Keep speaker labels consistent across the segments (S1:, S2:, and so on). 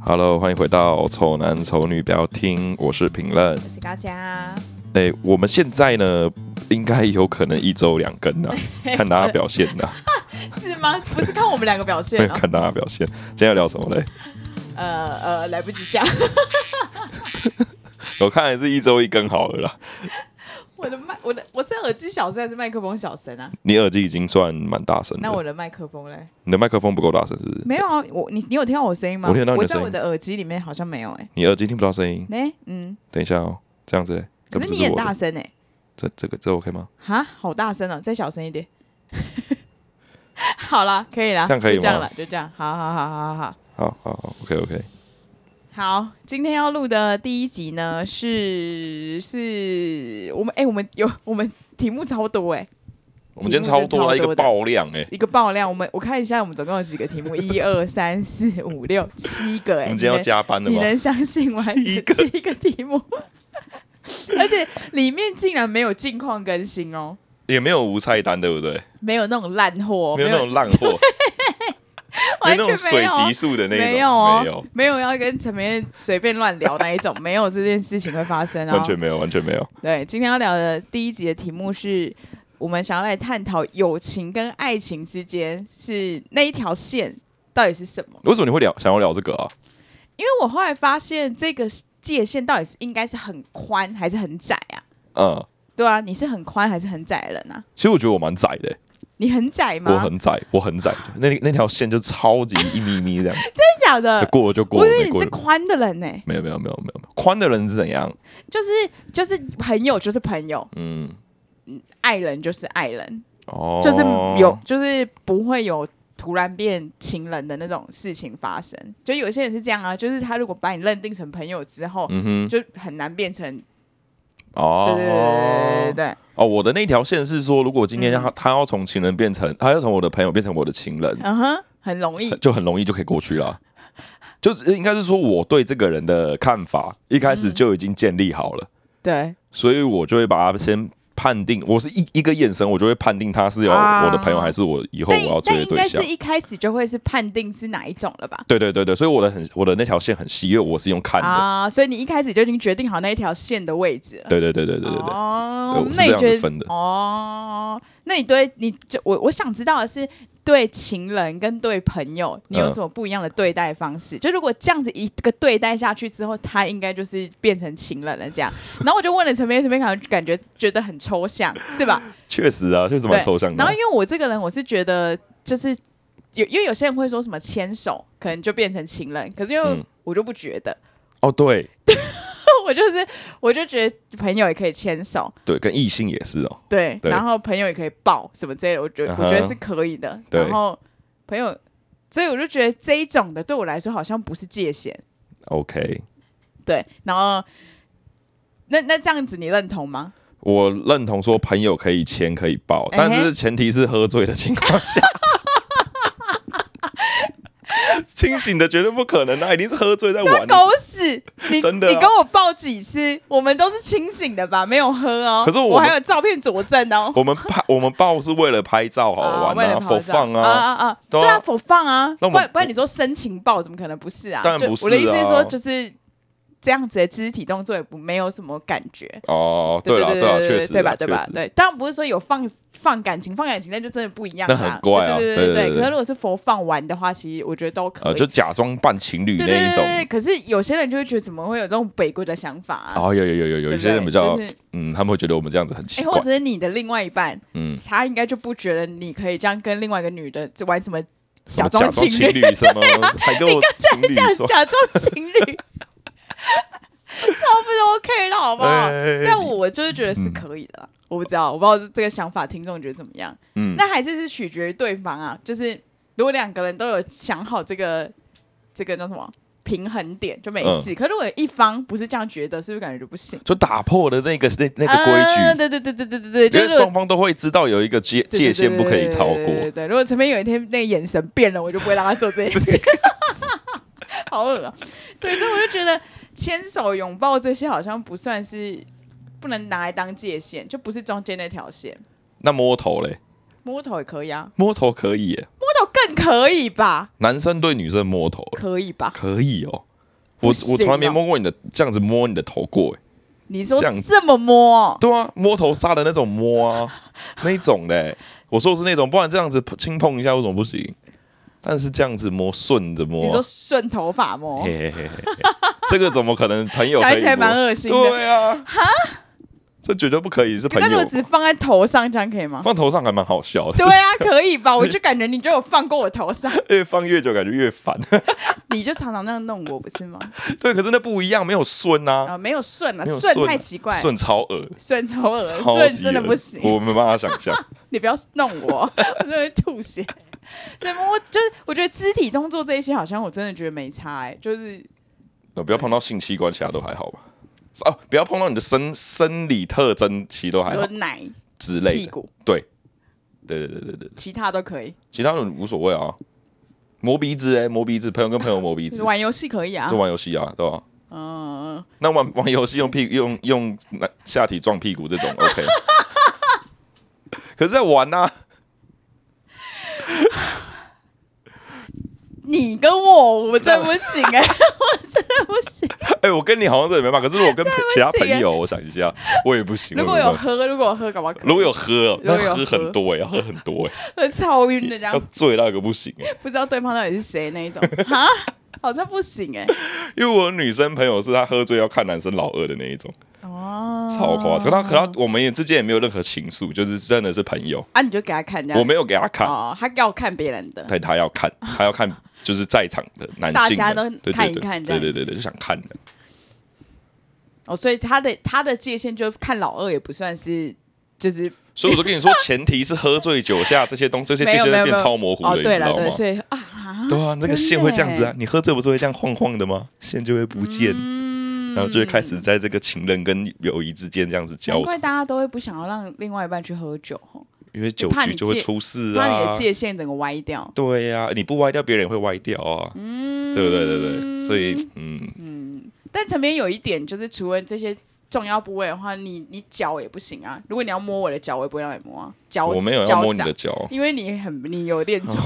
S1: Hello，欢迎回到《丑男丑女》，不要听，我是评论。
S2: 我是大家，
S1: 哎，我们现在呢，应该有可能一周两更 啊，看大家表现呐、
S2: 是吗？不是看我们两个表现 哦，
S1: 看大家表现。今天要聊什么嘞？
S2: 呃呃，来不及讲，
S1: 我看还是一周一更好了啦。
S2: 我的麦，我的我是耳机小声还是麦克风小声啊？
S1: 你耳机已经算蛮大声
S2: 那我
S1: 的，
S2: 的麦克风嘞？
S1: 你的麦克风不够大声是不是？
S2: 没有啊，我你你有听到我声音吗？
S1: 我听得到你的
S2: 在
S1: 声音
S2: 我的耳机里面好像没有哎、
S1: 你耳机听不到声音。
S2: 欸，哎、嗯，
S1: 等一下哦，这样子嘞，这不
S2: 可是
S1: 是
S2: 你也
S1: 我
S2: 大
S1: 的，
S2: 声哎、
S1: 这这个这 OK 吗？
S2: 哈，好大声哦，再小声一点。 好啦，可以啦，
S1: 这样可以
S2: 就这样
S1: 吗
S2: 了，就这样，好好好好好好。
S1: 好好好，OK OK。
S2: 好，今天要录的第一集呢是是我们哎、我们有我们题目超多哎、
S1: 我们今天超多啊了一
S2: 题
S1: 个
S2: 目真的超多的
S1: 爆量哎、
S2: 一个爆量，我们我看一下，我们总共有几个题 目？一二三四五六七个哎、
S1: 我们今天要加班了
S2: 你能，
S1: 吗
S2: 你？能相信吗？
S1: 七个
S2: 七个题目，而且里面竟然没有近况更新哦，
S1: 也没有无菜单，对不对？
S2: 没有那种烂货哦，
S1: 没有那种烂 货，没有那
S2: 完全
S1: 种
S2: 没
S1: 水
S2: 有哦
S1: 级数的那种，
S2: 没有哦，
S1: 没有，
S2: 要跟陈明随便乱聊那一种，没有这件事情会发生
S1: 完
S2: 哦。
S1: 全没有，完全没有。
S2: 对，今天要聊的第一集的题目是，我们想要来探讨友情跟爱情之间是那一条线到底是什么？
S1: 为什么你会聊想要聊这个啊？
S2: 因为我后来发现这个界限到底是应该是很宽还是很窄啊？
S1: 嗯，
S2: 对啊，你是很宽还是很窄的人啊？
S1: 其实我觉得我蛮窄的、
S2: 你很窄吗？
S1: 我很窄，我很窄，那那条线就超级一咪咪 这样，
S2: 真假
S1: 就
S2: 的？
S1: 过了就过
S2: 呃我
S1: 了
S2: 以，为
S1: 没
S2: 你
S1: 过
S2: 是
S1: 就
S2: 宽的人呢、
S1: 没有没有没有没有没有宽的人是怎样？
S2: 就是就是朋友就是朋友，
S1: 嗯，
S2: 爱人就是爱人，
S1: 哦，
S2: 就是有，就是不会有突然变情人的那种事情发生。就有些人是这样啊，就是他如果把你认定成朋友之后，
S1: 嗯哼，
S2: 就很难变成
S1: 哦，
S2: 对对对对对嗯对，
S1: 哦，我的那条线是说，如果今天他、他要从情人变成，他要从我的朋友变成我的情人，
S2: 嗯哼，很容易。
S1: 就很容易就可以过去了。就是应该是说我对这个人的看法一开始就已经建立好
S2: 嗯
S1: 了，
S2: 对，
S1: 所以我就会把他先判定，我是一一个眼神，我就会判定他是要
S2: 啊
S1: 我的朋友还是我以后
S2: 但
S1: 我要追
S2: 但
S1: 的
S2: 应
S1: 对
S2: 该
S1: 象
S2: 是。一开始就会是判定是哪一种了吧？
S1: 对对对对，所以我的很我的那条线很细，因为我是用看的。
S2: 啊，所以你一开始就已经决定好那一条线的位置了。
S1: 对对对对对对对，对
S2: 哦
S1: 我是
S2: 那
S1: 这
S2: 你
S1: 样
S2: 觉
S1: 子
S2: 得
S1: 分的。
S2: 哦，那你对你就我我想知道的是，对情人跟对朋友，你有
S1: 嗯
S2: 什么不一样的对待方式？就如果这样子一个对待下去之后，他应该就是变成情人了这样。然后我就问了陈明，陈明感感觉觉得很抽象，是吧？
S1: 确实啊，确实蛮
S2: 对，
S1: 抽象的
S2: 然
S1: 啊
S2: 后因。为我这个人，我是觉得就是有，因为有些人会说什么牵手可能就变成情人，可是因为
S1: 嗯
S2: 我就不觉得，
S1: 哦，对
S2: 我就是我就觉得朋友也可以牵手，
S1: 对，跟异性也是哦。
S2: 对，
S1: 对
S2: 然后朋友也可以抱什么之类的，我觉得、
S1: 嗯哼
S2: 我觉得是可以的。
S1: 对
S2: 然后朋友，所以我就觉得这一种的对我来说好像不是界限，
S1: OK，
S2: 对。然后那那这样子你认同吗？
S1: 我认同说朋友可以签可以抱，
S2: 哎嘿
S1: 但是前提是喝醉的情况 下。清醒的绝对不可能啊，一定是喝醉在玩。
S2: 狗屎！你、
S1: 真的啊
S2: 你跟我抱几次？我们都是清醒的吧，没有喝哦。
S1: 可是我
S2: 我还有照片佐证哦。
S1: 我们拍我们抱是为了拍照好玩
S2: 为了
S1: 啊，
S2: 泡
S1: 否
S2: 澡
S1: 放
S2: 啊
S1: 啊，
S2: 啊啊！
S1: 对啊
S2: 对啊，否放啊！
S1: 那
S2: 不
S1: 我们
S2: 然不然你说深情抱怎么可能不是啊？
S1: 当然
S2: 就
S1: 不是
S2: 我的意思
S1: 啊
S2: 是说，就是这样子的肢体动作也不没有什么感觉。
S1: 哦，对了
S2: 对
S1: 了，
S2: 对
S1: 确实啊
S2: 对吧？对吧？
S1: 确实
S2: 对，当然不是说有放放感情，放感情那就真的不一样
S1: 那
S2: 啦。
S1: 很怪啊
S2: 对
S1: 对对
S2: 对
S1: 对
S2: 可是如果是佛放完的话，其实我觉得都可
S1: 呃，
S2: 以。
S1: 就假装扮情侣那
S2: 对对对
S1: 一
S2: 对
S1: 种。
S2: 对，可是有些人就会觉得怎么会有这种北归的想法啊？
S1: 哦，有有有有有
S2: 对
S1: 一
S2: 不
S1: 些人
S2: 对
S1: 比较
S2: 就是
S1: 嗯，他们会觉得我们这样子很奇
S2: 哎，
S1: 怪
S2: 或。者是你的另外一半，
S1: 嗯，
S2: 他应该就不觉得你可以这样跟另外一个女的玩什
S1: 什
S2: 么
S1: 么
S2: 假装
S1: 假装
S2: 情
S1: 情
S2: 侣
S1: 侣什 么，还跟我情侣
S2: 这样
S1: 说，
S2: 假装情侣， 超不 OK 了，好不好？
S1: 哎
S2: 但我就是觉得
S1: 嗯
S2: 是可以的啦，我不知道，我不知道这个想法听众觉得怎么样。
S1: 嗯，
S2: 那还是是取决于对方啊，就是如果两个人都有想好这个这个叫什么平衡点，就没事。
S1: 嗯
S2: 可如果有一方不是这样觉得，是不是感觉就不行？
S1: 就打破了那个那那个
S2: 啊
S1: 规矩，
S2: 对对对对对对对，
S1: 因
S2: 就
S1: 为
S2: 是
S1: 双方都会知道有一个界
S2: 对
S1: 界限不可以超过
S2: 对对。对对对，如果陈边有一天那个眼神变了，我就不会让他做这件事。好恶啊！对，所以我就觉得牵手、拥抱这些好像不算是不能拿来当界限，就不是中间那条线。
S1: 那摸头嘞，
S2: 摸头也可以啊，
S1: 摸头可以耶，
S2: 摸头更可以吧？
S1: 男生对女生摸头
S2: 可以吧？
S1: 可以哦，我
S2: 不行
S1: 我从来没
S2: 哦
S1: 摸过你的这样子摸你的头过、欸，
S2: 你说
S1: 这样子
S2: 这么摸，
S1: 对啊，摸头杀的那种摸 啊，那一种的欸、我说的是那种，不然这样子轻碰一下为什么不行？但是这样子摸顺着摸
S2: 你
S1: 啊、
S2: 说顺头发摸，
S1: 嘿嘿嘿嘿嘿这个怎么可能朋友可
S2: 想
S1: 以
S2: 起来蛮
S1: 摸？
S2: 恶心的。
S1: 对啊，哈，这绝对不可以是朋
S2: 那如
S1: 友
S2: 果。只放在头上，这样可以吗？
S1: 放头上还蛮好笑的，
S2: 对啊，可以吧？我就感觉你就有放过我头上，
S1: 越放越久感觉越烦。
S2: 你就常常那样弄我，不是吗？
S1: 对，可是那不一样，没有顺啊，
S2: 啊，没有顺了，
S1: 没有
S2: 顺
S1: 顺
S2: 太
S1: 啊
S2: 奇怪，
S1: 顺超恶，
S2: 顺头耳，
S1: 超
S2: 顺
S1: 级
S2: 真的
S1: 恶
S2: 不行。
S1: 我没办法想象。
S2: 你不要弄我， 我真的会吐血。所以摸就是，我觉得肢体动作这一些，好像我真的觉得没差、欸，就是
S1: 那哦不要碰到性器官，其他都还好吧？哦，不要碰到你的生生理特征，其实都还
S2: 有
S1: 好
S2: 奶、
S1: 之类
S2: 屁
S1: 的。
S2: 股，
S1: 对，对对对对对，
S2: 其他都可以。
S1: 其他人无所谓啊。磨鼻子哎、磨鼻子，朋友跟朋友磨鼻子，
S2: 玩游戏可以啊
S1: 就，玩游戏啊，对吧？
S2: 嗯，
S1: 那玩玩游戏用屁用用那下体撞屁股这种 OK，可是在玩啊，
S2: 你跟我，我真的不 行哎、我真的不行。
S1: 哎、我跟你好像真的没办法，可是我跟其他
S2: 不行
S1: 朋
S2: 欸
S1: 友，我想一下，我也不行。
S2: 如
S1: 我
S2: 果
S1: 也没
S2: 有
S1: 办法
S2: 喝，如果有喝，搞不好可以
S1: 如果有喝，
S2: 如果
S1: 那
S2: 有
S1: 喝
S2: 喝
S1: 很多哎、要喝很 多哎、
S2: 会超晕的，这
S1: 要
S2: 样
S1: 醉到一个不行哎、
S2: 不知道对方到底是谁那一 种哈，好像不行哎、
S1: 因为我有女生朋友是她喝醉要看男生老二的那一种，
S2: 哦，
S1: 超夸张。可她可她我们也之间也没有任何情愫，就是真的是朋友。
S2: 啊，你就给他看这样，
S1: 我没有给她看，
S2: 哦，他要看别人的，
S1: 但她要看，她要看 就是在场的男性的，
S2: 大家都
S1: 对对对
S2: 看一看
S1: 对
S2: 这样
S1: 对对对，就想看的。
S2: 哦，所以他的他的界限就看老二也不算是，就是
S1: 所以我就跟你说，前提是喝醉酒下这些东这些
S2: 没
S1: 界
S2: 有
S1: 限
S2: 没有
S1: 变
S2: 没有
S1: 超模糊
S2: 哦，
S1: 的，你
S2: 对
S1: 知
S2: 了
S1: 道
S2: 对，
S1: 吗？
S2: 所以啊啊，
S1: 对啊，那个线会这样子啊，
S2: 真的耶，
S1: 你喝醉不是会这样晃晃的吗？线就会不见，
S2: 嗯
S1: 然后就会开始。在这个情人跟友谊之间这样子交
S2: 难怪
S1: 缠，
S2: 大家都会不想要让另外一半去喝酒，吼
S1: 因为酒
S2: 怕
S1: 局
S2: 你
S1: 就会
S2: 戒
S1: 出事
S2: 怕你
S1: 啊
S2: 的。界限整个歪掉。
S1: 对呀、你不歪掉，别人也会歪掉啊。
S2: 嗯，
S1: 对不对？对对，所以嗯，
S2: 但陈边有一点就是，除了这些重要部位的话，你你脚也不行啊。如果你要摸我的脚，我也不会让你摸啊。脚
S1: 我没有要摸你，
S2: 脚
S1: 的
S2: 掌
S1: 脚，
S2: 因为你很你 有点肿。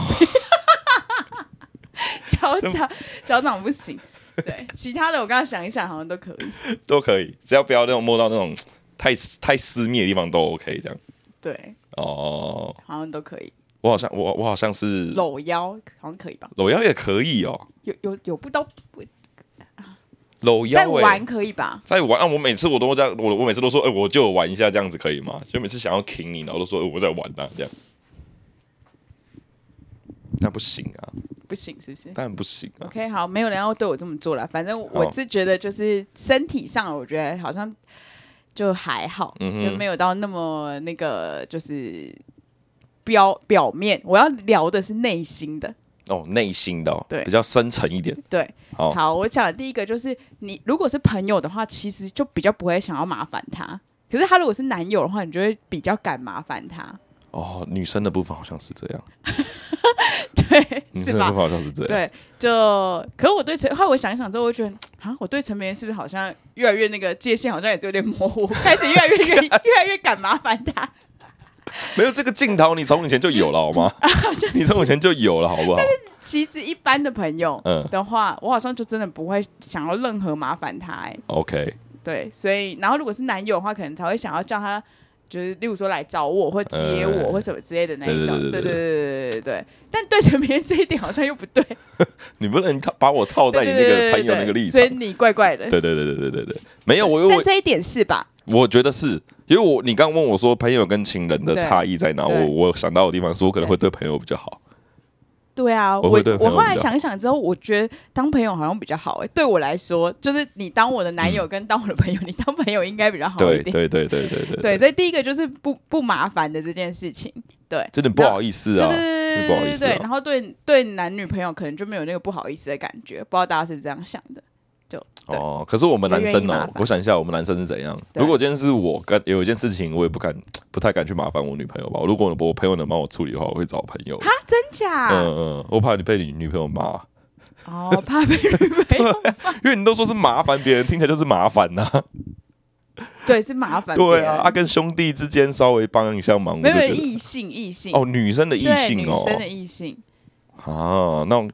S2: 脚掌脚掌不行，对，其他的我刚刚想一想，好像都可以。
S1: 都可以，只要不要那种摸到那种太太私密的地方都 OK 这样。
S2: 对，
S1: 哦，
S2: 好像都可以。
S1: 我好像我我好像是
S2: 搂腰好像可以吧？
S1: 搂腰也可以哦，
S2: 有有有不到不
S1: 搂腰
S2: 在
S1: 哎、
S2: 玩可以吧？
S1: 在玩啊！我每次我都这样，我我每次都说，哎、我就有玩一下这样子可以吗？就每次想要挺你，然后都说，哎、我在玩啊，这样。那不行啊，
S2: 不行是不是
S1: 当然不行啊。
S2: ？OK，好，没有人要对我这么做了。反正我
S1: 好
S2: 是觉得就是身体上，我觉得好像就还好，
S1: 嗯哼
S2: 就没有到那么那个就是表表面。我要聊的是内心的。
S1: 哦，内心的、哦，
S2: 对
S1: 比较深沉一点。哦
S2: 对，
S1: 好，
S2: 好，我讲的第一个就是你如果是朋友的话，其实就比较不会想要麻烦他。可是他如果是男友的话，你就会比较敢麻烦他，
S1: 哦，女生的部分好像是这样，
S2: 对，
S1: 女
S2: 是
S1: 生的
S2: 吧
S1: 部分？好像是这样。
S2: 对，就可是我对陈，后来我想一想之后，我就觉得啊，我对陈明是不是好像越来越那个界限好像也是有点模糊，开始越 来越越越来越敢麻烦他。
S1: 没有这个镜头，你从以前就有了好吗？你从以前就有了好不好？
S2: 其实一般的朋友
S1: 嗯
S2: 的话，我好像就真的不会想要任何麻烦他、哎，
S1: ，OK，
S2: 对，所以然后如果是男友的话，可能才会想要叫他。就是，例如说来找我或接我
S1: 呃
S2: 或什么之类的那一种，对
S1: 对对对
S2: 对对对对对对。但对陈明这一点好像又不对，
S1: 你不能套把我套在你那个朋友那个立场
S2: 所。以你怪怪的。
S1: 对对对对对对对，没有我
S2: 但
S1: 我
S2: 这一点是吧？
S1: 我觉得是因为我你刚问我说朋友跟情人的差异在哪，
S2: 对
S1: 我我想到的地方是我可能会对朋友比较好，
S2: 对啊，
S1: 我会
S2: 我
S1: 对朋
S2: 我
S1: 友
S2: 后来
S1: 比较好
S2: 想一想之后，我觉得当朋友好像比较好诶、对我来说，就是你当我的男友跟当我的朋友，你当朋友应该比较好一
S1: 嗯对
S2: 点。
S1: 对对对对对
S2: 对，所以第一个就是不不麻烦的这件事情。对，
S1: 有点不好意思
S2: 对
S1: 啊，
S2: 对对
S1: 真不好
S2: 对
S1: 意
S2: 对
S1: 思
S2: 对。
S1: 啊
S2: 然后对对男女朋友可能就没有那个不好意思的感觉，不知道大家是不是这样想的？啊对
S1: 哦，可是我们男
S2: 不愿意
S1: 生
S2: 麻
S1: 哦
S2: 烦，
S1: 我想一下，我们男生是怎样？
S2: 对
S1: 如果今天是我跟有一件事情，我也不敢不太敢去麻烦我女朋友吧。如果我朋友能帮我处理的话，我会找朋友。
S2: 哈，真假？
S1: 嗯嗯，我怕你被你女朋友骂，
S2: 哦，怕被女朋 友
S1: 因为你都说是麻烦别人，听起来就是麻烦呐、
S2: 对是麻烦别人。
S1: 对啊，啊跟兄弟之间稍微帮一下忙，我就
S2: 没有没有
S1: 觉得
S2: 异性异性
S1: 哦哦，女生的异
S2: 对
S1: 性
S2: 女生的
S1: 哦，
S2: 异性，
S1: 啊，那种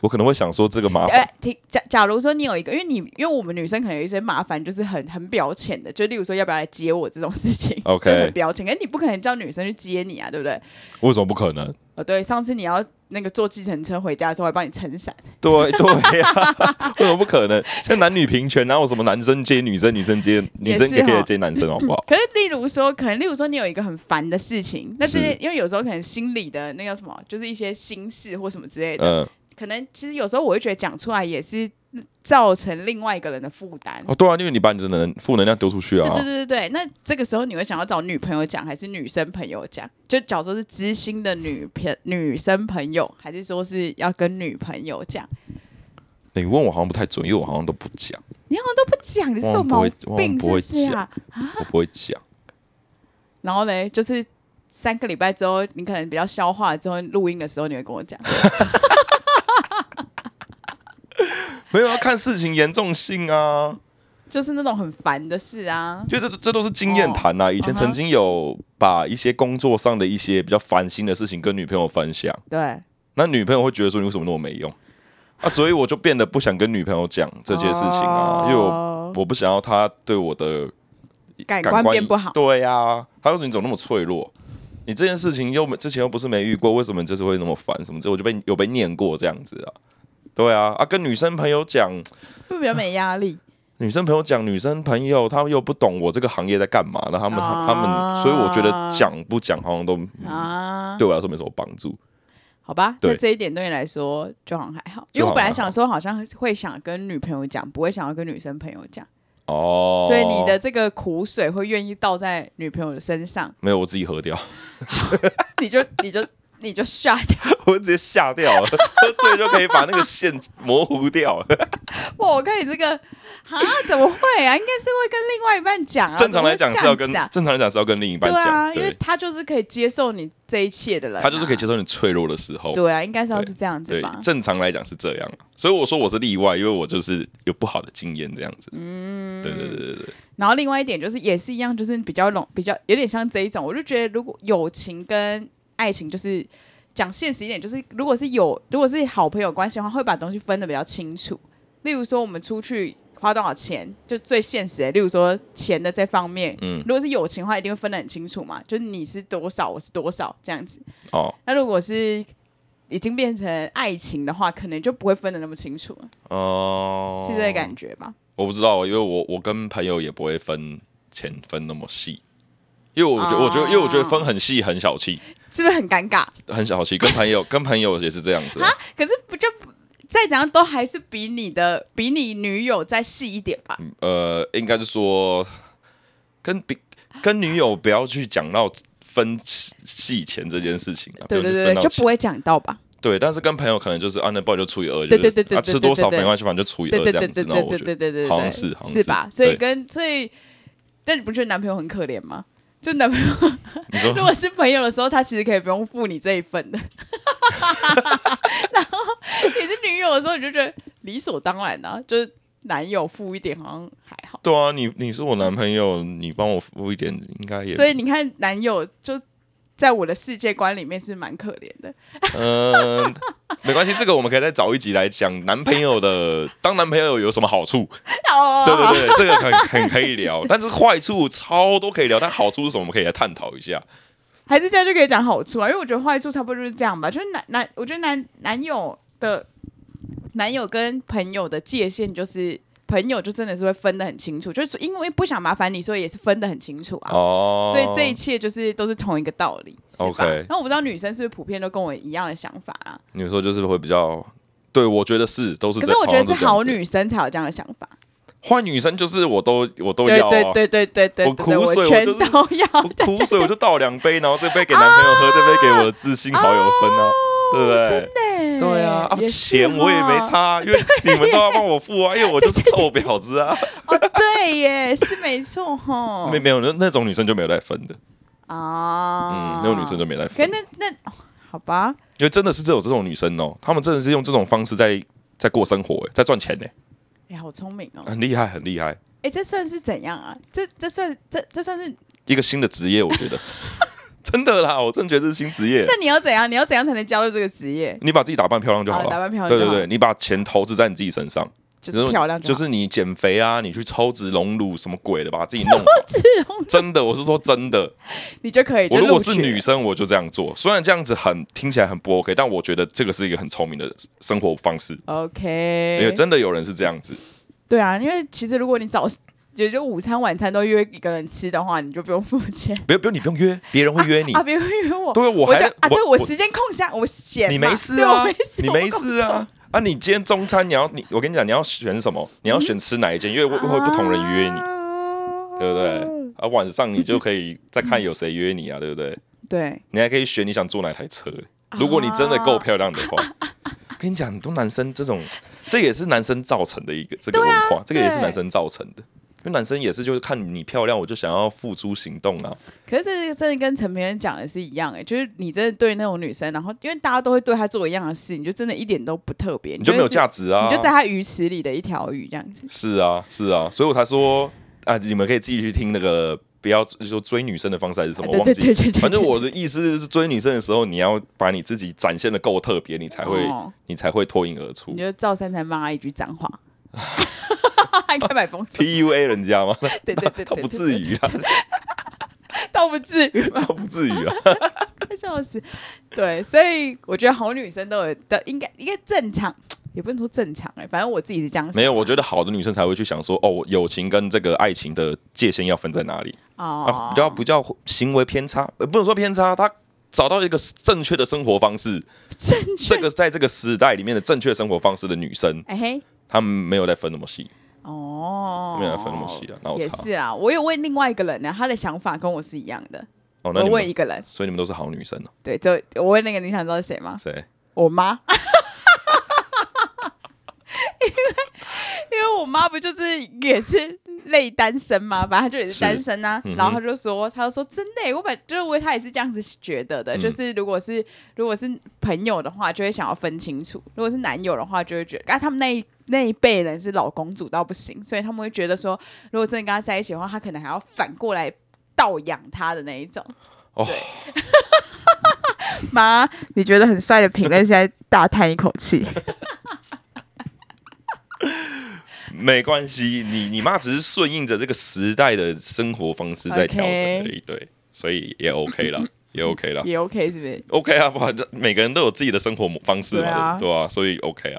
S1: 我可能会想说这个麻
S2: 哎、
S1: 烦，
S2: 听假假如说你有一个，因为你因为我们女生可能有一些麻烦，就是很很表浅的，就例如说要不要来接我这种事情
S1: OK
S2: 就很表浅，可是你不可能叫女生去接你啊，对不对？
S1: 为什么不可能？
S2: 哦，对，上次你要那个坐计程车回家的时候，还帮你撑伞，
S1: 对对呀、 为什么不可能？像男女平权，哪有什么男生接女生，女生接女生
S2: 也是
S1: 也可以
S2: 哦
S1: 接男生，好不好？
S2: 可是，例如说，可能例如说，你有一个很烦的事情，那这些
S1: 是
S2: 因为有时候可能心里的那个什么，就是一些心事或什么之类的，
S1: 嗯，
S2: 可能其实有时候我会觉得讲出来也是造成另外一个人的负担。
S1: 哦，对啊，因为你把你的能负能量丢出去啊
S2: 对，对对对对，那这个时候你会想要找女朋友讲，还是女生朋友讲？就假如说是知心的女朋女生朋友，还是说是要跟女朋友讲？
S1: 你问我好像不太准，因为我好像都不讲，
S2: 你好像都不讲，你是
S1: 我
S2: 有
S1: 好像不
S2: 毛
S1: 会
S2: 病是
S1: 我好像不会
S2: 是啊？
S1: 我不会讲。
S2: 然后嘞，就是三个礼拜之后，你可能比较消化了之后，录音的时候你会跟我讲。
S1: 没有要啊看事情严重性啊，
S2: 就是那种很烦的事啊。
S1: 就这这这都是经验谈
S2: 哦
S1: 啊。以前曾经有把一些工作上的一些比较烦心的事情跟女朋友分享，
S2: 对，
S1: 那女朋友会觉得说你为什么那么没用啊，所以我就变得不想跟女朋友讲这些事情
S2: 哦
S1: 啊，因为我
S2: 我
S1: 我不想要她对我的
S2: 感
S1: 感
S2: 官
S1: 官
S2: 变不好。
S1: 对呀、她说你怎么那么脆弱？你这件事情又没之前又不是没遇过，为什么你这次会那么烦？什么之类我就被有被念过这样子啊。对啊，啊，跟女生朋友讲，
S2: 会比较没压力。
S1: 女生朋友讲，女生朋友她们又不懂我这个行业在干嘛，那他们、
S2: 哦
S1: 他们，所以我觉得讲不讲好像都、
S2: 啊，
S1: 对我来说没什么帮助。
S2: 好吧，
S1: 对
S2: 那这一点对你来说就好像还好，
S1: 就
S2: 因为我本
S1: 好
S2: 来
S1: 像
S2: 想说好像会想跟女朋友讲，不会想要跟女生朋友讲，
S1: 哦，
S2: 所以你的这个苦水会愿意倒在女朋友的身上，
S1: 没有我自己喝掉，
S2: 你就你就你就吓掉。
S1: 我直接吓掉了，喝醉就可以把那个线模糊掉了。
S2: 哇，我看你这个啊，怎么会啊？应该是会跟另外一半讲啊。
S1: 正常来讲
S2: 怎
S1: 是
S2: 么
S1: 要
S2: 会这
S1: 跟、
S2: 样子啊
S1: 正常来讲是要跟另一半
S2: 对啊，
S1: 讲，
S2: 因为
S1: 对，
S2: 他就是可以接受你这一切的人啊，
S1: 他就是可以接受你脆弱的时候。
S2: 对啊，应该是要是这样子
S1: 对
S2: 吧，。
S1: 正常来讲是这样，啊所以我说我是例外，因为我就是有不好的经验这样子。嗯，对对对对对，
S2: 然后另外一点就是，也是一样，就是比较笼，比较有点像这一种。我就觉得，如果友情跟爱情，就是讲现实一点，就是如果是有，如果是好朋友关系的话，会把东西分的比较清楚。例如说，我们出去花多少钱，就最现实的。例如说，钱的这方面，
S1: 嗯，
S2: 如果是友情的话，一定会分得很清楚嘛，就是你是多少，我是多少这样子。
S1: 哦
S2: 那如果是已经变成爱情的话，可能就不会分得那么清楚了，
S1: 哦，
S2: 是这个感觉吧？
S1: 我不知道，啊因为我我跟朋友也不会分钱分那么细，因为我觉得、
S2: 哦
S1: 我觉得因为我觉得分很细很小气，
S2: 是不是很尴尬？
S1: 很小气，跟朋友跟朋友也是这样子。啊
S2: 啊可是不就再怎样都还是比你的比你女友再细一点吧？
S1: 呃，应该是说跟比跟女友不要去讲到分细钱这件事情啊，
S2: 对
S1: 不要
S2: 对
S1: 去
S2: 对
S1: 分
S2: 对，
S1: 到
S2: 就
S1: 钱
S2: 不会讲到吧？
S1: 对，但是跟朋友可能就是啊，那不然就除以二，
S2: 对
S1: 就是
S2: 对对对
S1: 啊
S2: 对
S1: 吃多少
S2: 对对
S1: 没关系，反正就除以
S2: 对
S1: 二
S2: 对
S1: 这
S2: 对
S1: 样子
S2: 对对。
S1: 然后
S2: 对
S1: 我觉得
S2: 对对对，
S1: 好像是好像
S2: 是吧？所以
S1: 对
S2: 跟所以，但你不觉得男朋友很可怜吗？就男朋友
S1: 你
S2: 如
S1: 说
S2: 果是朋友的时候，他其实可以不用付你这一份的。 然后你是女友的时候，你就觉得理所当然啊，就是男友付一点好像还好。
S1: 对啊，你你是我男朋友，你帮我付一点，应该也
S2: 所以你看，男友就在我的世界观里面是蛮可怜的。
S1: 嗯，没关系，这个我们可以再找一集来讲男朋友 的当男朋友有什么好处？
S2: 哦，
S1: 对对对，这个很 很可以聊，但是坏处超多可以聊，但好处是什么？我们可以来探讨一下。
S2: 还是这样就可以讲好处啊，因为我觉得坏处差不多就是这样吧，就是男男，我觉得男男友的男友跟朋友的界限就是。朋友就真的是会分得很清楚，就是因为不想麻烦你，所以也是分得很清楚啊。
S1: 哦，
S2: 所以这一切就是都是同一个道理，是吧
S1: OK
S2: 那我不知道女生是不是普遍都跟我一样的想法啊？
S1: 你说就是会比较，对我觉得是都是这，
S2: 可是我觉得
S1: 好像
S2: 是
S1: 这样
S2: 好
S1: 子，
S2: 女生才有这样的想法。
S1: 坏女生就是我都我都
S2: 对
S1: 要、啊，
S2: 对对对对对，
S1: 我
S2: 对
S1: 苦
S2: 对
S1: 水
S2: 我
S1: 我
S2: 全
S1: 就是
S2: 都要。
S1: 我苦水我就倒两杯，然后这杯给男朋友喝，这杯给我的至亲好友分啊，对不对？
S2: 对
S1: 对啊，啊
S2: 也是
S1: 钱我也没
S2: 哈
S1: 差啊，因 为你们都要帮我付啊，因为我就是臭婊子啊。
S2: 哦，对耶，是没错吼。
S1: 没没有，那那种女生就没有在分的，
S2: 啊，
S1: 嗯，那种女生就没在
S2: 可
S1: 分
S2: 是，那那哦好吧，
S1: 因为真的是这种这种女生哦，她们真的是用这种方式在在过生活，哎在赚钱呢，
S2: 哎、好聪明哦！哎、哎
S1: 很厉害，很厉害，
S2: 啊这算是怎样啊？这这算这这算是
S1: 一个新的职业，我觉得真的啦，我真的觉得这是新职业。
S2: 那你要怎样？你要怎样才能加入这个职业？
S1: 你把自己打扮漂亮就好
S2: 啊
S1: 了，
S2: 打扮漂亮
S1: 对
S2: 就
S1: 对
S2: 好
S1: 对，你把钱投资在你自己身上，
S2: 就是漂亮
S1: 就是是你减肥啊，你去抽脂隆乳什么鬼的，把自己 弄好。
S2: 这种
S1: 真的，我是说真的。
S2: 你就可以。
S1: 我
S2: 哎就
S1: 如果
S2: 录
S1: 是
S2: 取
S1: 女
S2: 了，
S1: 生，我就这样做。虽然这样子很听起来很不 OK，但我觉得这个是一个很聪明的生活方式，因为
S2: ，OK，
S1: 真的有人是这样子。
S2: 对啊，因为其实如果你早也就午餐晚餐都约一个人吃的话，你就不用付钱。
S1: 不用不用，你不用约，别人会约你
S2: 啊，。别人会约我，
S1: 对，我
S2: 我
S1: 还
S2: 就啊，对我
S1: 我
S2: 时间空下，我闲嘛，
S1: 你没事
S2: 对我
S1: 啊
S2: 没，事，
S1: 你
S2: 我
S1: 没
S2: 工
S1: 事啊。啊，你今天中餐你要你，我跟你讲，你要选什么？
S2: 嗯
S1: 你要选吃哪一间？因为会会不同人约你，对不
S2: 你嗯
S1: 对？啊，晚上你就可以再看有谁约你啊，对不对？
S2: 对，
S1: 你还可以选你想坐哪台车，
S2: 啊
S1: 如果你真的够漂亮的话。跟你讲，很多男生这种，这也是男生造成的一个这个文化，这个也是
S2: 对
S1: 男生造成的。因为男生也是，就是看你漂亮，我就想要付诸行动啊。
S2: 可是这真的跟陈明恩讲的是一样哎、就是你真的对那种女生，然后因为大家都会对她做一样的事，你就真的一点都不特别，
S1: 你就没有
S2: 是
S1: 价值啊！
S2: 你就在她鱼池里的一条鱼这样子。
S1: 是啊，是啊，所以我才说啊，你们可以继续听那个，不要就是说追女生的方式还是什么，
S2: 对
S1: 忘
S2: 对
S1: 记。
S2: 对对对，
S1: 反正我的意思是，追女生的时候，你要把你自己展现的够特别，你才会、
S2: 哦
S1: 你才会脱颖而出
S2: 你。 就照三餐骂她一句脏话，还开买风 扇，
S1: PUA 人家 吗？
S2: 对对对，
S1: 他不至
S2: 于，
S1: 于啊，
S2: 倒不至于吧
S1: 他？不至于啊。
S2: 快 笑死！对，所以我觉得好女生都有的，应该应该正常，也不能说正常哎、反正我自己是这样想。
S1: 没有，我
S2: 得
S1: 觉得好的女生才会去想说，哦，我友情跟这个爱情的界限要分在哪里
S2: 哦
S1: 啊？，比较不叫行为偏差，呃不能说偏差，她找到一个正确的生活方式，
S2: 正确
S1: 这。个在这个时代里面的正确生活方式的女生，
S2: 哎嘿，
S1: 她们没有在分那么细。
S2: 哦，
S1: 没有分那么细啊脑
S2: 也
S1: 残
S2: 是啊，我有问另外一个人呢，他的想法跟我是一样的。
S1: 哦，那
S2: 我
S1: 你
S2: 问
S1: 们
S2: 一个人，
S1: 所以你们都是好女生哦、
S2: 对，就我问那个，你想知道是谁吗？
S1: 谁？
S2: 我 妈，因为因为我妈不就是也是类单身嘛，反正她就也是
S1: 是
S2: 单身啊。
S1: 嗯哼
S2: 然后她就说，她就说真的耶，我本就是我她也是这样子觉得的，
S1: 嗯
S2: 就是如果是如果是朋友的话，就会想要分清楚；如果是男友的话，就会觉得啊，他们那一。那一辈人是老公主到不行，所以他们会觉得说，如果真的跟他在一起的话，他可能还要反过来倒养他的那一种。
S1: 哦，
S2: 妈，你觉得很帅的评论，现在大叹一口气。
S1: 没关系，你你妈只是顺应着这个时代的生活方式在调整而已对，所以也 OK 啦，也 OK 啦
S2: 也 OK 是不是？
S1: ，OK 啊，反正每个人都有自己的生活方式
S2: 对啊
S1: 嘛，对吧、所以 OK 啊。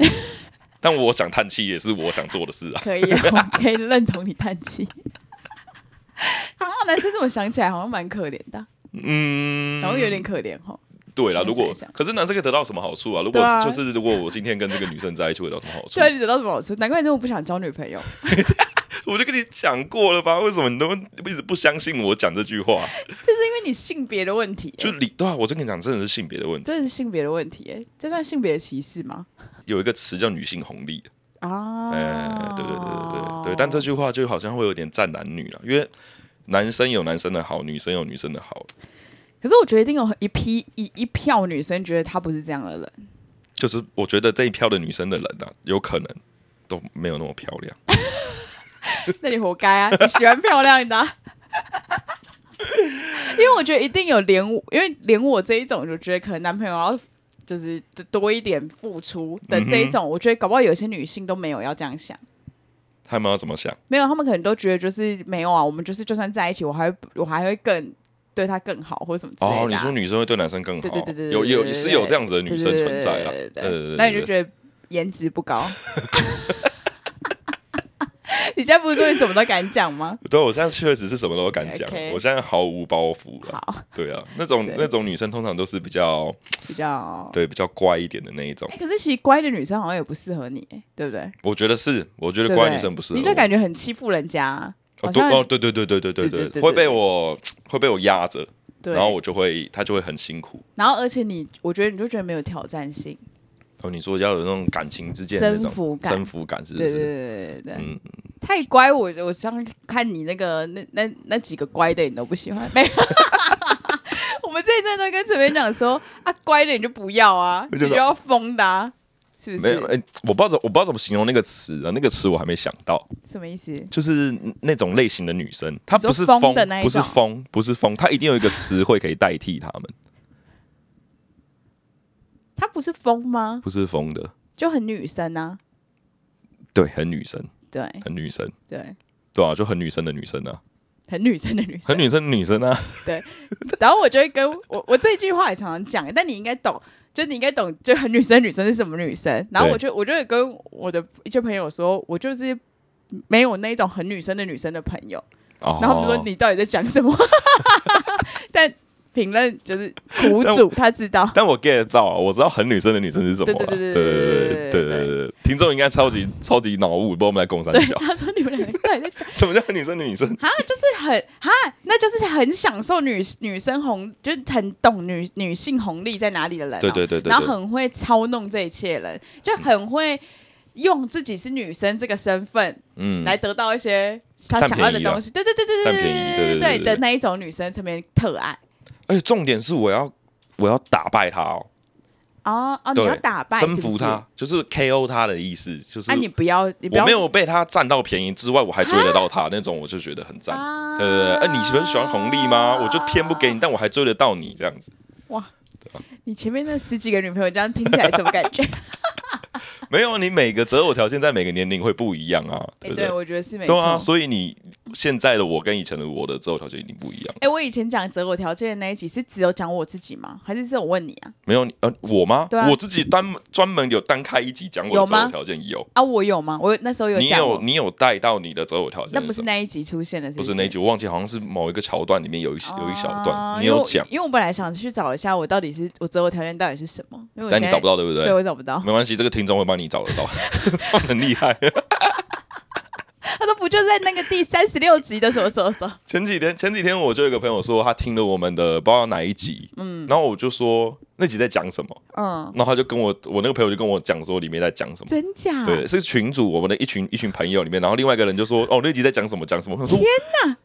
S1: 但我想叹气也是我想做的事啊，
S2: 可以，我可以认同你叹气。 好像男生这么想起来，好像蛮可怜的，
S1: 嗯，
S2: 然后有点可怜哈。
S1: 对啦。如
S2: 我
S1: 果
S2: 想一想
S1: 可是男生可以得到什么好处啊？如果
S2: 对啊
S1: 就是如果我今天跟这个女生在一起，会得到什么 好处
S2: 对？啊，你得到什么好处？难怪你那么不想交女朋友，
S1: 我就跟你讲过了吧？为什么你都一直不相信我讲这句 话？
S2: 就是因为你性别的问题欸、
S1: 就理对啊，我就跟你讲，真的是性别的问题。
S2: 这是性别的问题、欸，这算性别歧视吗？
S1: 有一个词叫女性红利，
S2: 啊，
S1: 哎、对对对对
S2: 哦
S1: 对对，但这句话就好像会有点占男女了，因为男生有男生的好，女生有女生的好，
S2: 可是我觉得一定有一批一一票女生觉得他不是这样的人，
S1: 就是我觉得这一票的女生的人啊，有可能都没有那么漂亮。
S2: 那你活该啊！你喜欢漂亮的啊、因为我觉得一定有连我，因为连我这一种，我就觉得可能男朋友要就是多一点付出的这一种，我觉得搞不好有些女性都没有要这样想，
S1: 他们要怎么想？
S2: 没有，他们可能都觉得就是没有啊，我们就是就算在一起，我还会我还会更对他更好或者什么之类的啊、
S1: 哦，你说女生会对男生更好，
S2: 对对对对对
S1: 有
S2: 对对
S1: 有
S2: 对
S1: 是有这样子的女
S2: 对
S1: 生存在啊，对
S2: 对对
S1: 对
S2: 对
S1: 对
S2: 那你就
S1: 对
S2: 觉得颜值不高。你现在不是说你什么都敢讲吗？
S1: 对，我现在确实是什么都敢讲
S2: OK
S1: 我现在毫无包袱了。
S2: 好，
S1: 对啊，那种
S2: 对
S1: 那种女生通常都是比较
S2: 比较
S1: 对比较乖一点的那一种
S2: 哎、，可是其实乖的女生好像也不适合你，对不对？
S1: 我觉得是，我觉得
S2: 对
S1: 乖
S2: 对
S1: 女生不是，
S2: 你就感觉很欺负人家、
S1: 哦
S2: 好
S1: 对
S2: 像
S1: 哦对对对对对
S2: 对对
S1: 对
S2: 对
S1: 对，会
S2: 对
S1: 被我会被我压着，
S2: 对，
S1: 然后我就会她就会很辛苦。
S2: 然后而且你，我觉得你就觉得没有挑战性，
S1: 哦，你说要有那种感情之间的那
S2: 征
S1: 种
S2: 服感，
S1: 征服感，是不
S2: 对对
S1: 是？
S2: 对对对，
S1: 嗯，
S2: 太乖，我我上看你那个那那那几个乖的你都不喜欢，没有。 我们这一阵都跟陈明讲说啊，乖的你就不要啊，
S1: 我
S2: 你
S1: 就说
S2: 就要疯的、啊，是不
S1: 没有，
S2: 是？
S1: 哎、我不知道怎我不知道怎么形容那个词啊，那个词我还没想到，
S2: 什么意思？
S1: 就是那种类型的女生，她不是
S2: 你说疯的那一
S1: 不
S2: 种
S1: 是疯，不是疯，她一定有一个词汇可以代替她们，
S2: 她不是疯吗？
S1: 不是疯的，
S2: 就很女生啊，
S1: 对，很女生，
S2: 对
S1: 很女生，
S2: 对，
S1: 对啊，就很女生的女生啊，
S2: 很女生的女生
S1: 很。女生的女生啊，
S2: 然后我就会跟我我这句话也常常讲，但你应该懂，就你应该懂，就很女生女生是什么女生。然后我就我就会跟我的一些朋友说，我就是没有那种很女生的女生的朋友。
S1: 哦，
S2: 然后他们说你到底在讲什么？ 但评论就是苦主他知道，
S1: 但我 get 到啊，我知道很女生的女生是什么了。
S2: 对
S1: 对对
S2: 对对对对
S1: 对
S2: 对
S1: 对对听众应该超级超级脑雾，不知道我们在共三
S2: 对
S1: 小。
S2: 他说你们两个到底在讲
S1: 什么叫很女生的女生？
S2: 啊？就是很啊，那就是很享受女女生红，就是很懂女女性红利在哪里的人、哦，
S1: 对对对对
S2: 然后
S1: 对
S2: 很会操弄这一切人，就很会。用自己是女生这个身份
S1: 嗯，
S2: 来得到一些他
S1: 占
S2: 想要的
S1: 便宜啊
S2: 东西，对对对对对
S1: 占便宜对对
S2: 对
S1: 对对对
S2: 的那一种女生特别特爱
S1: 而且重点是我要我要打败她哦，
S2: 哦哦，你
S1: 对
S2: 要打败
S1: 征
S2: 是不
S1: 服
S2: 是
S1: 她，就是 KO 她的意思，就是
S2: 啊，你不要你不
S1: 我
S2: 要
S1: 没有被她占到便宜之外，我还追得到她那种，我就觉得很赞。
S2: 啊
S1: 对对对，哎，你喜不喜欢红利吗？我就偏不给你，但我还追得到你这样子。
S2: 你前面那十几个女朋友，这样听起来什么感觉？ 哎
S1: 没有，啊你每个择偶条件在每个年龄会不一样啊，对
S2: 哎、
S1: 不
S2: 对，
S1: 对？
S2: 我觉得是没
S1: 对啊，
S2: 错。
S1: 所以你现在的我跟以前的我的择偶条件一定不一样。
S2: 哎、我以前讲择偶条件的那一集是只有讲我自己吗？还是是我问你啊？
S1: 没有你呃，我吗？
S2: 对啊
S1: 我自己单专门有单开一集讲我
S2: 有
S1: 的择
S2: 吗
S1: 偶条件，有。
S2: 啊，我有吗？我有那时候有
S1: 你
S2: 讲
S1: 有
S2: 我，
S1: 你有带到你的择偶条件什
S2: 那
S1: 么？
S2: 不是那一集出现的
S1: 不
S2: 是不
S1: 是
S2: 是
S1: 那一集，我忘记好像是某一个桥段里面有一有一小
S2: 啊
S1: 段，哦你
S2: 因为
S1: 有
S2: 我
S1: 讲，
S2: 因为我本来想去找一下我到底是我择偶条件到底是什么，因为我
S1: 但
S2: 现
S1: 你
S2: 在
S1: 找不到，对不
S2: 对
S1: 对？
S2: 我找不到。
S1: 没关系，这个听众会帮你找 得到，他们很厉害。
S2: 他说不就在那个第三十六集的什么什么什么？
S1: 前几天前几天我就有一个朋友说，他听了我们的不知道哪一集，嗯，然后我就说那集在讲什么，
S2: 嗯，
S1: 然后他就跟我我那个朋友就跟我讲说里面在讲什么。
S2: 真假？
S1: 对，是群主，我们的一群一群朋友里面，然后另外一个人就说：“哦，那集在讲什么？讲什么？”他 说：“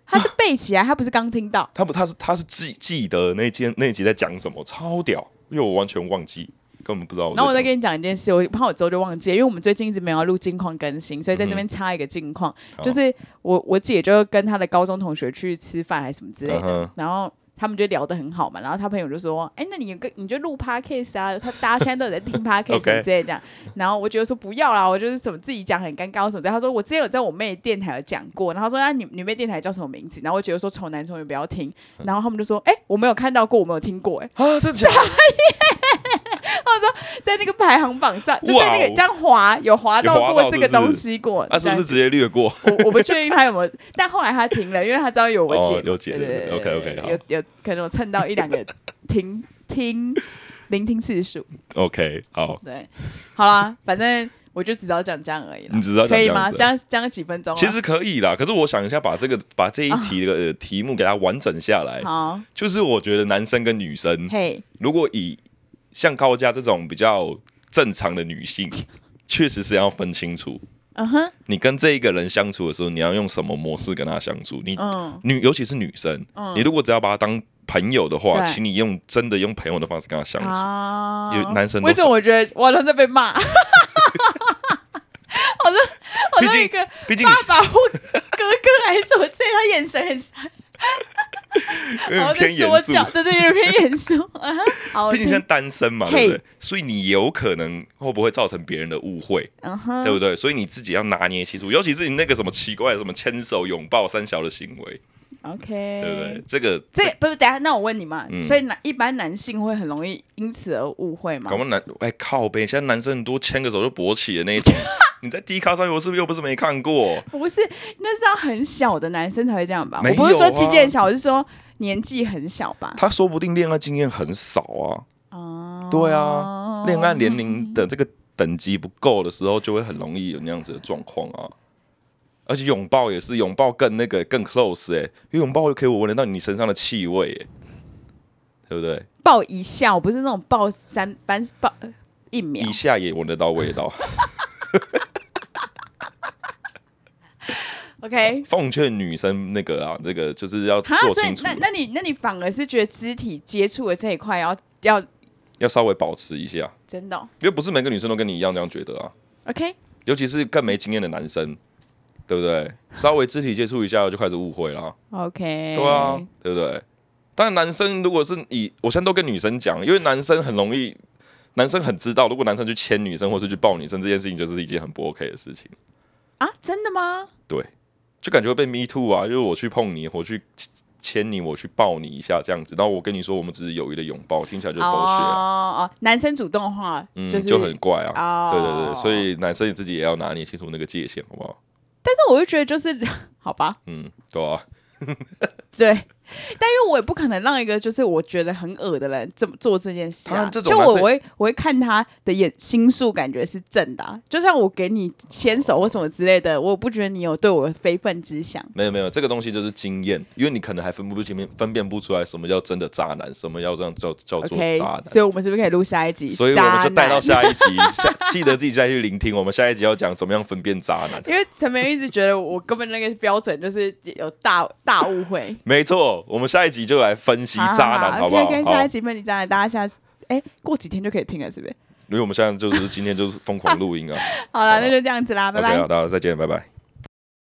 S2: 他是背起来，他不是刚 听到。
S1: 他不，他是他是记记得那间那一集在讲什么，超屌，因为我完全忘记，根本不知道。
S2: 然后我再
S1: 在
S2: 跟你讲一件事，我怕我之后就忘记了，因为我们最近一直没有要录近况更新，所以在这边
S1: 嗯
S2: 插一个近况，
S1: 好
S2: 就是我我姐就跟她的高中同学去吃饭还是什么之类
S1: 嗯
S2: 的，
S1: 哼，
S2: 然后。他们就聊得很好嘛，然后他朋友就说：“哎、那你有个你就录 podcast 啊，他大家现在都有在 听 podcast 什么之类的这样。”然后我觉得说不要啦，我就是怎么自己讲很尴尬什么之类的。他说我之前有在我妹的电台有讲过，然后他说那啊你你妹电台叫什么名字？然后我觉得说丑男丑女不要听，
S1: 嗯
S2: 然后他们就说：“哎、我没有看到过，我没有听过、哎。”
S1: 啊，真的假 的？
S2: 在那个排行榜上，就
S1: 哇
S2: 在那
S1: 哦
S2: 个这样滑，有滑
S1: 有滑
S2: 到
S1: 到
S2: 过这个
S1: 是不是
S2: 东西过。
S1: 啊，是不是
S2: 这
S1: 直接略过？
S2: 样？我我不确定他有没有，但后来他停了，因为他知道有我姐嘛，
S1: 哦有姐
S2: 对对
S1: 对
S2: 对
S1: 对
S2: 对
S1: OK，OK，好
S2: 有有可能我蹭到一两个 听听聆听次数，
S1: OK，好，
S2: 对，好啦，反正我就只知道讲这样而已啦
S1: 你。嗯只知道讲这
S2: 可以吗？
S1: 样子啊。
S2: 讲讲几分钟啊？
S1: 其实可以啦，可是我想一下，把这个把这一题的呃题目给它完整下来，
S2: 好，
S1: 就是我觉得男生跟女生，
S2: 嘿，
S1: 如果以像高佳这种比较正常的女性， 确实是要分清楚，
S2: 嗯哼，
S1: 你跟这一个人相处的时候，你要用什么模式跟他相处，你
S2: 嗯，
S1: 女，尤其是女生，
S2: 嗯
S1: 你如果只要把她当朋友的话，
S2: 对
S1: 请你用真的用朋友的方式跟她相处。
S2: 啊
S1: 有男生都
S2: 为什么我觉得我好像在被骂？ 好像好
S1: 毕
S2: 像
S1: 竟
S2: 一个
S1: 毕 竟
S2: 爸爸或哥哥还是什么之类，他眼神很，
S1: 你有
S2: 然后
S1: 点
S2: 在
S1: 呃偏
S2: 说
S1: 严肃，
S2: 教，对对，有点偏严 肃。啊哈好，我
S1: 毕竟现在
S2: 听，
S1: 单身嘛，对不对？所以你有可能会不会造成别人的误会，
S2: 嗯
S1: 对不
S2: 哼，
S1: 对？所以你自己要拿捏清楚，尤其是你那个什么奇怪的什么牵手、拥抱、三小的行为，
S2: ，OK，
S1: 对不对？？这个
S2: 这不是等一下，那我问你嘛，
S1: 嗯
S2: 所以男一般男性会很容易因此而误会吗
S1: 搞？不好男哎靠背，现在男生很多牵个手就勃起的那一 种，你在 D 咖上面我是不是又不是没看过？
S2: 不是，那是要很小的男生才会这样吧？
S1: 没
S2: 我
S1: 有啊
S2: 不是说肌腱小，我是说年纪很小吧？
S1: 他说不定恋爱经验很少啊，
S2: 哦，
S1: 对啊恋爱年龄的这个等级不够的时候，就会很容易有那样子的状况啊。而且拥抱也是拥抱更那个更 close 哎、因为拥抱可以闻得到你身上的气味、欸，对不对？
S2: 抱一笑，不是那种抱三班抱呃一秒
S1: 一，下也闻得到味 道。
S2: OK，
S1: 奉劝女生那个啊，这个就是要
S2: 哈，
S1: 做
S2: 所以
S1: 清楚
S2: 那。那你那你反而是觉得肢体接触的这一块要要
S1: 要稍微保持一下，
S2: 真的哦、
S1: 因为不是每个女生都跟你一样这样觉得啊，
S2: OK，
S1: 尤其是更没经验的男生，对不对？稍微肢体接触一下就开始误会了啊。
S2: OK，
S1: 对啊，对不对？当然，男生如果是以我现在都跟女生讲，因为男生很容易，男生很知道，如果男生去牵女生或是去抱女生这件事情，就是一件很不 OK 的事情，
S2: 啊，真的吗？
S1: 对，就感觉会被 me too 啊，就是我去碰你，我去牵你，我去抱你一下这样子，然后我跟你说我们只是友谊的拥抱，听起来就 bullshit 啊、
S2: 哦哦，男生主动的话，
S1: 嗯，
S2: 就是
S1: 就很怪啊。
S2: 哦，
S1: 对对对，所以男生你自己也要拿捏清楚那个界限，好不好？
S2: 但是我就觉得就是 好吧，
S1: 嗯，对啊，
S2: 对，但因为我也不可能让一个就是我觉得很恶的人这么做这件事
S1: 当
S2: 啊，
S1: 然这种
S2: 就
S1: 男
S2: 我
S1: 生
S2: 我会我会看他的眼心术，感觉是正的、啊，就像我给你牵手或什么之类的，我不觉得你有对我非分之想。
S1: 没有没有，这个东西就是经验，因为你可能还分不清面分辨不出来什么叫真的渣男，什么叫这样叫叫做
S2: OK，
S1: 渣男。
S2: 所以我们是不是可以录下一集？
S1: 所以我们就
S2: 渣
S1: 带
S2: 男
S1: 到下一集，下记得自己再去聆听。我们下一集要讲怎么样分辨渣男。
S2: 因为陈明一直觉得我根本那个标准就是有大大误会。
S1: 没错，我们下一集就来分析渣男，好不好？
S2: 可以跟
S1: 好
S2: 下一，集分析渣男，大家下哎过几天就可以听了，是不是？
S1: 因为我们现在就是今天就是疯狂录音啊。
S2: 好了，
S1: 好
S2: 那就这样子啦，拜拜
S1: OK，。好，大家再见，拜拜。